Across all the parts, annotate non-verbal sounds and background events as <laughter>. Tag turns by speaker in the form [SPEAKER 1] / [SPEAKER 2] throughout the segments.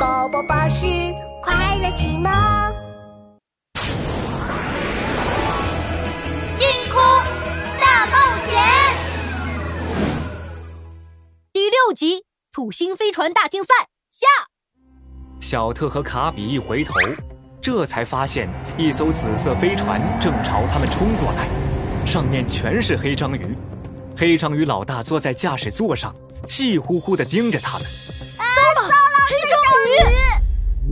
[SPEAKER 1] 宝宝巴士快乐启蒙。
[SPEAKER 2] 星空大冒险
[SPEAKER 3] 第六集土星飞船大竞赛下，
[SPEAKER 4] 小特和卡比一回头，这才发现一艘紫色飞船正朝他们冲过来，上面全是黑章鱼。黑章鱼老大坐在驾驶座上，气呼呼地盯着他们。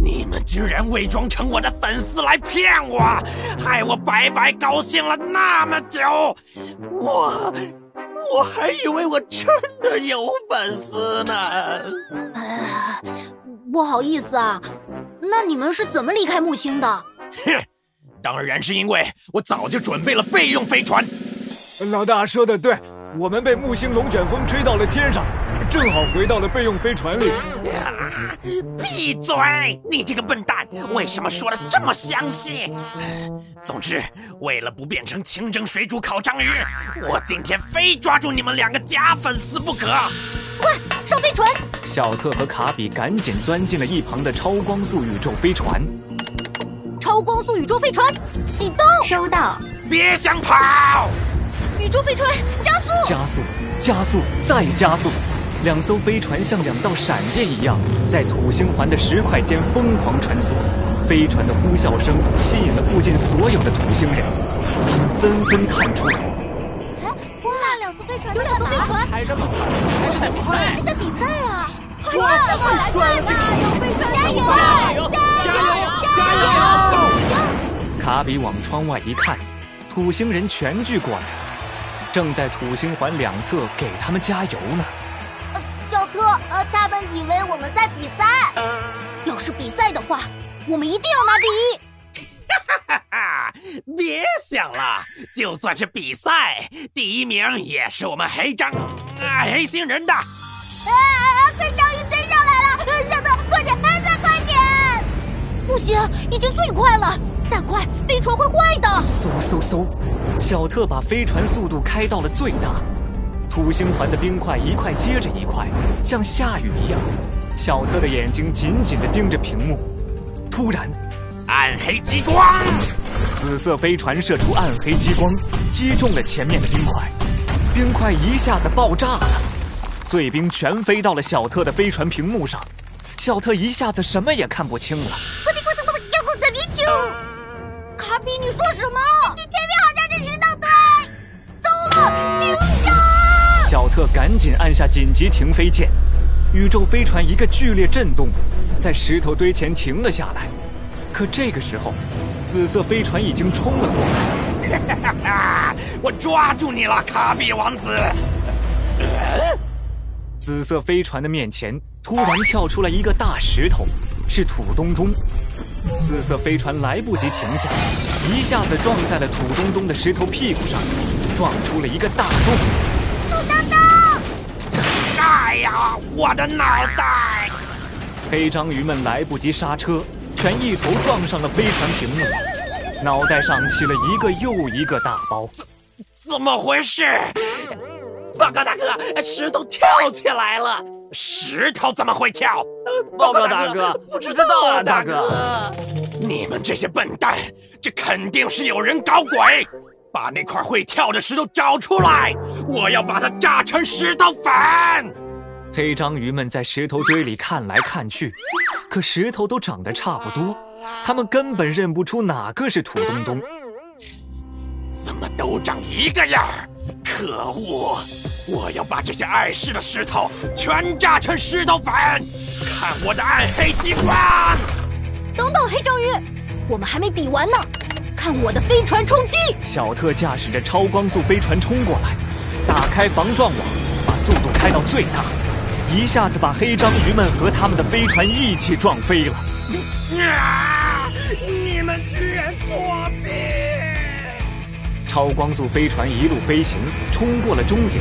[SPEAKER 5] 你们居然伪装成我的粉丝来骗我，害我白白高兴了那么久。我我还以为我真的有粉丝呢。
[SPEAKER 3] 不好意思啊，那你们是怎么离开木星的？
[SPEAKER 5] 哼，当然是因为我早就准备了备用飞船。
[SPEAKER 4] 老大说的对，我们被木星龙卷风吹到了天上，正好回到了备用飞船里。
[SPEAKER 5] 啊！闭嘴！你这个笨蛋，为什么说的这么详细？总之，为了不变成清蒸水煮烤章鱼，我今天非抓住你们两个假粉丝不可。
[SPEAKER 3] 上飞船！
[SPEAKER 4] 小特和卡比赶紧钻进了一旁的超光速宇宙飞船。
[SPEAKER 3] 超光速宇宙飞船启动，
[SPEAKER 1] 收到，
[SPEAKER 5] 别想跑！ <laughs>
[SPEAKER 3] 宇宙飞船加速！
[SPEAKER 4] 加速，加速，再加速！两艘飞船像两道闪电一样，在土星环的石块间疯狂穿梭。飞船的呼啸声吸引了附近所有的土星人，他们纷纷探出头。
[SPEAKER 2] 那两艘飞船
[SPEAKER 3] 嗯有两艘飞船，
[SPEAKER 6] 还这么快？还是在比赛？
[SPEAKER 2] 在比赛啊！快
[SPEAKER 6] 哇
[SPEAKER 2] 快
[SPEAKER 6] 太帅了这个
[SPEAKER 2] 加油！
[SPEAKER 6] 加油！加油！加油！
[SPEAKER 4] 卡比往窗外一看，土星人全聚过来了，正在土星环两侧给他们加油呢。
[SPEAKER 2] 小特，呃，他们以为我们在比赛。
[SPEAKER 6] 呃
[SPEAKER 3] 要是比赛的话，我们一定要拿第一！
[SPEAKER 5] 哈哈，别想了，就算是比赛，第一名也是我们黑章啊黑星人的。
[SPEAKER 2] 啊！黑章鱼追上来了，呃小特，快点，哎再快点！
[SPEAKER 3] 不行，已经最快了，再快飞船会坏的。
[SPEAKER 4] 嗖嗖嗖！小特把飞船速度开到了最大，土星环的冰块一块接着一块，像下雨一样。小特的眼睛紧紧地盯着屏幕。突然，
[SPEAKER 5] 暗黑激光，
[SPEAKER 4] 紫色飞船射出暗黑激光，击中了前面的冰块，冰块一下子爆炸了，碎冰全飞到了小特的飞船屏幕上。小特一下子什么也看不清了。
[SPEAKER 2] 快点，快点，快点，给我个啤酒！
[SPEAKER 3] 卡比，你说什么？
[SPEAKER 2] 这前面好像是石头堆，糟了，停下！
[SPEAKER 4] 小特赶紧按下紧急停飞键，宇宙飞船一个剧烈震动，在石头堆前停了下来。可这个时候，紫色飞船已经冲了过来，
[SPEAKER 5] 哈哈，我抓住你了，卡比王子！
[SPEAKER 4] 紫色飞船的面前突然跳出来一个大石头，是土东中。紫色飞船来不及停下，一下子撞在了土东中的石头屁股上，撞出了一个大洞。
[SPEAKER 5] 哎呀，我的脑袋！
[SPEAKER 4] 黑章鱼们来不及刹车，全一头撞上了飞船屏幕，脑袋上起了一个又一个大包。
[SPEAKER 5] 怎么回事？报告大哥，石头跳起来了！石头怎么会跳？呃
[SPEAKER 6] 报告大哥
[SPEAKER 5] 不知
[SPEAKER 6] 不知
[SPEAKER 5] 道
[SPEAKER 6] 道
[SPEAKER 5] 啊，
[SPEAKER 6] 啊
[SPEAKER 5] 大
[SPEAKER 6] 大
[SPEAKER 5] 哥
[SPEAKER 6] 哥。
[SPEAKER 5] 你们这些笨蛋，这肯定是有人搞鬼！把那块会跳的石头找出来，我要把它炸成石头粉！
[SPEAKER 4] 黑章鱼们在石头堆里看来看去，可石头都长得差不多，它们根本认不出哪个是土东东。
[SPEAKER 5] 怎么都长一个样儿？可恶！我要把这些碍事的石头全炸成石头粉！看我的暗黑激光！
[SPEAKER 3] 等等，黑章鱼，我们还没比完呢，看我的飞船冲击！
[SPEAKER 4] 小特驾驶着超光速飞船冲过来，打开防撞网，把速度开到最大，一下子把黑章鱼们和他们的飞船一起撞飞了。
[SPEAKER 5] 啊！你们居然作弊！
[SPEAKER 4] 超光速飞船一路飞行，冲过了终点，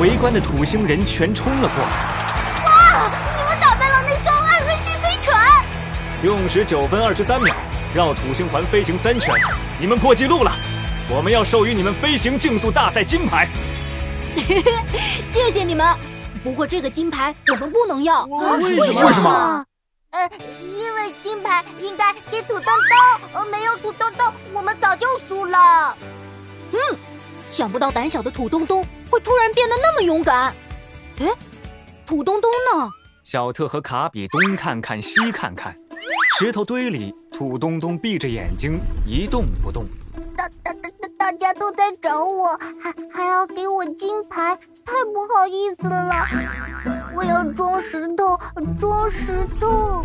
[SPEAKER 4] 围观的土星人全冲了过来。
[SPEAKER 2] 你们打败了那艘暗黑系飞船！
[SPEAKER 4] 用时九分二十三秒，绕土星环飞行三圈，你们破纪录了！我们要授予你们飞行竞速大赛金牌。
[SPEAKER 3] 谢谢你们，不过这个金牌我们不能要。
[SPEAKER 6] 为什么
[SPEAKER 3] 为什么？
[SPEAKER 2] 呃，因为金牌应该给土豆豆，呃，没有土豆豆，我们早就输了。
[SPEAKER 3] 嗯想不到胆小的土东东会突然变得那么勇敢。哎，土东东呢？
[SPEAKER 4] 小特和卡比东看看西看看，石头堆里，土东东闭着眼睛一动不动。
[SPEAKER 2] 大大大大大家都在找我，还还要给我金牌，太不好意思了。我要装石头，装石头。